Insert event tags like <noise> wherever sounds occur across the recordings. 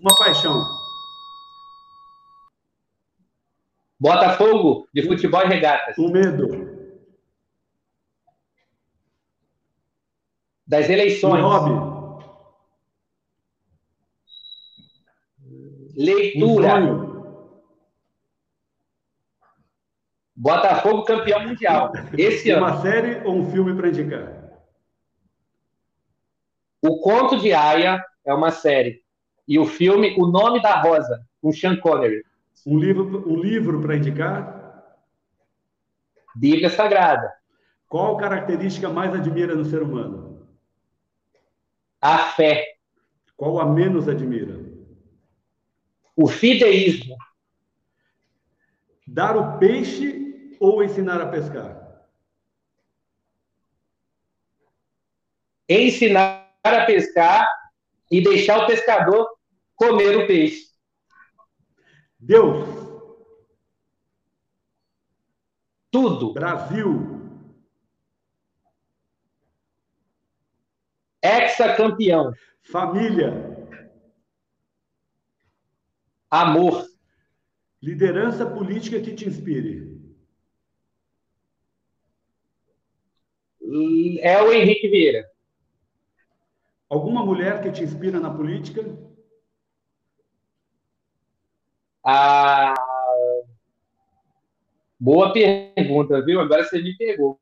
uma paixão? Botafogo, de futebol e regatas. Um medo? Das Um eleições. hobby? Um Leitura. sonho? Botafogo campeão mundial. Esse ano. Uma série ou um filme para indicar? O Conto de Aya é uma série. E o filme O Nome da Rosa, com Sean Connery. Um livro, um livro para indicar? Bíblia Sagrada. Qual característica mais admira no ser humano? A fé. Qual a menos admira? O fideísmo. Dar o peixe ou ensinar a pescar? Ensinar a pescar e deixar o pescador comer o peixe. Deus, Tudo. Brasil, Ex-campeão. família, Amor. liderança política que te inspire. É o Henrique Vieira. Alguma mulher que te inspira na política? Ah, boa pergunta, viu? Agora você me pegou.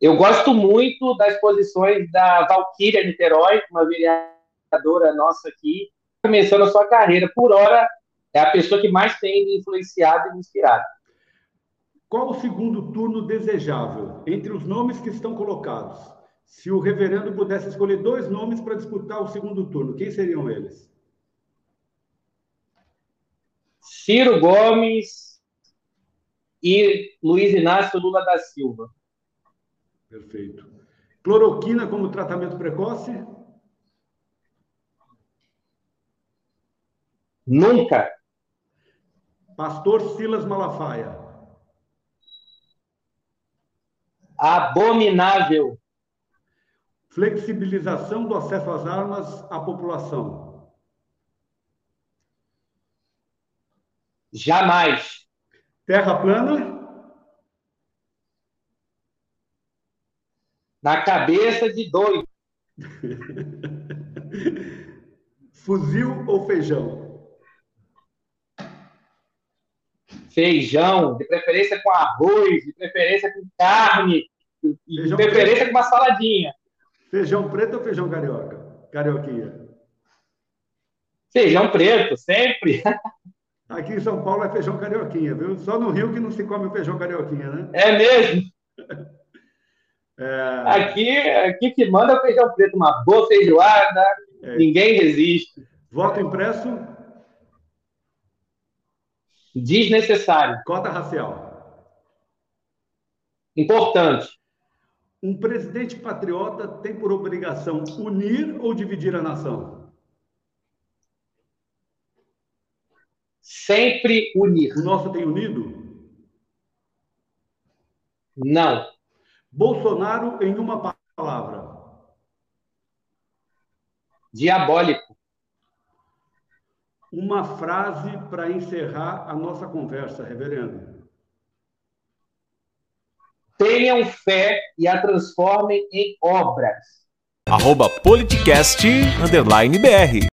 Eu gosto muito das posições da Valquíria Niterói, uma vereadora nossa aqui, começando a sua carreira. Por hora, é a pessoa que mais tem me influenciado e me inspirado. Qual o segundo turno desejável entre os nomes que estão colocados? Se o reverendo pudesse escolher dois nomes para disputar o segundo turno, quem seriam eles? Ciro Gomes e Luiz Inácio Lula da Silva. Perfeito. Cloroquina como tratamento precoce? Nunca Pastor Silas Malafaia. abominável Flexibilização do acesso às armas à população. Jamais. Terra plana, <laughs> Na cabeça de dois. fuzil ou feijão? Feijão, de preferência com arroz, de preferência com carne, e de Feijão preferência com uma saladinha. Feijão preto ou feijão carioca? Carioquinha. Feijão preto, sempre. <laughs> Aqui em São Paulo é feijão carioquinha, viu? Só no Rio que não se come o feijão carioquinha, né? É mesmo. É, Aqui, aqui que manda é o feijão preto, uma boa feijoada, É. ninguém resiste. voto impresso, Desnecessário, cota racial. importante. Um presidente patriota tem por obrigação unir ou dividir a nação? Sempre unir. O nosso tem unido? Não. Bolsonaro em uma palavra. Diabólico. Uma frase para encerrar a nossa conversa, reverendo. Tenham fé e a transformem em obras. Arroba Politicast, underline BR.